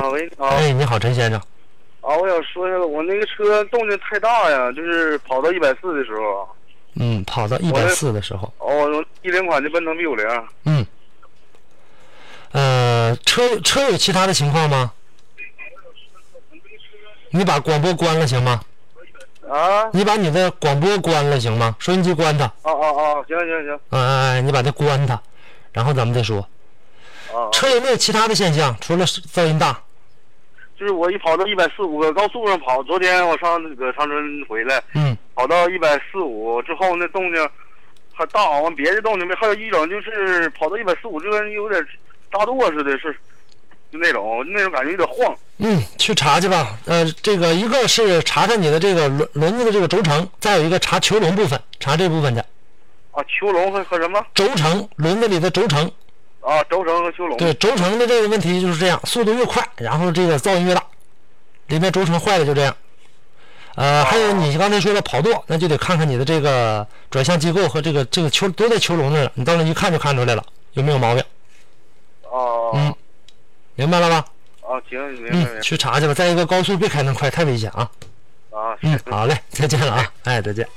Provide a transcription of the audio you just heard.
喂，啊你好。哎，你好，陈先生。啊，我想说一下，我那个车动静太大呀，就是跑到一百四的时候，嗯，跑到一百四的时候，哦，一零款的奔腾 B 五零，嗯，呃，车车有其他的情况吗？你把广播关了行吗？啊，你把你的广播关了行吗？收音机关它，哦哦哦，行行行，哎哎哎，你把它关它，然后咱们再说。啊，啊车有没有其他的现象？除了是噪音大，就是我一跑到一百四五，搁高速上跑，昨天我上那个长春回来，嗯跑到一百四五之后，那动静还大，完别的动静没，还有一种就是跑到一百四五，就跟有点扎舵似的，是就那种那种感觉有点晃。嗯，去查去吧。呃，这个一个是查查你的这个轮轮子的这个轴承，再有一个查球笼部分，查这部分去。啊，囚笼和和什么？轴承轮子里的轴承，啊，轴承和囚笼。对轴承的这个问题就是这样，速度越快，然后这个噪音越大，里面轴承坏了就这样。哦呃，还有你刚才说的跑舵，那就得看看你的这个转向机构和这个这个球都在球笼那儿了，你到那一看就看出来了有没有毛病，啊、嗯明白了吧？啊，行，明白明白嗯，。去查去吧。再一个，高速别开那么快，太危险啊。啊，嗯，好嘞，再见了啊，哎，再见。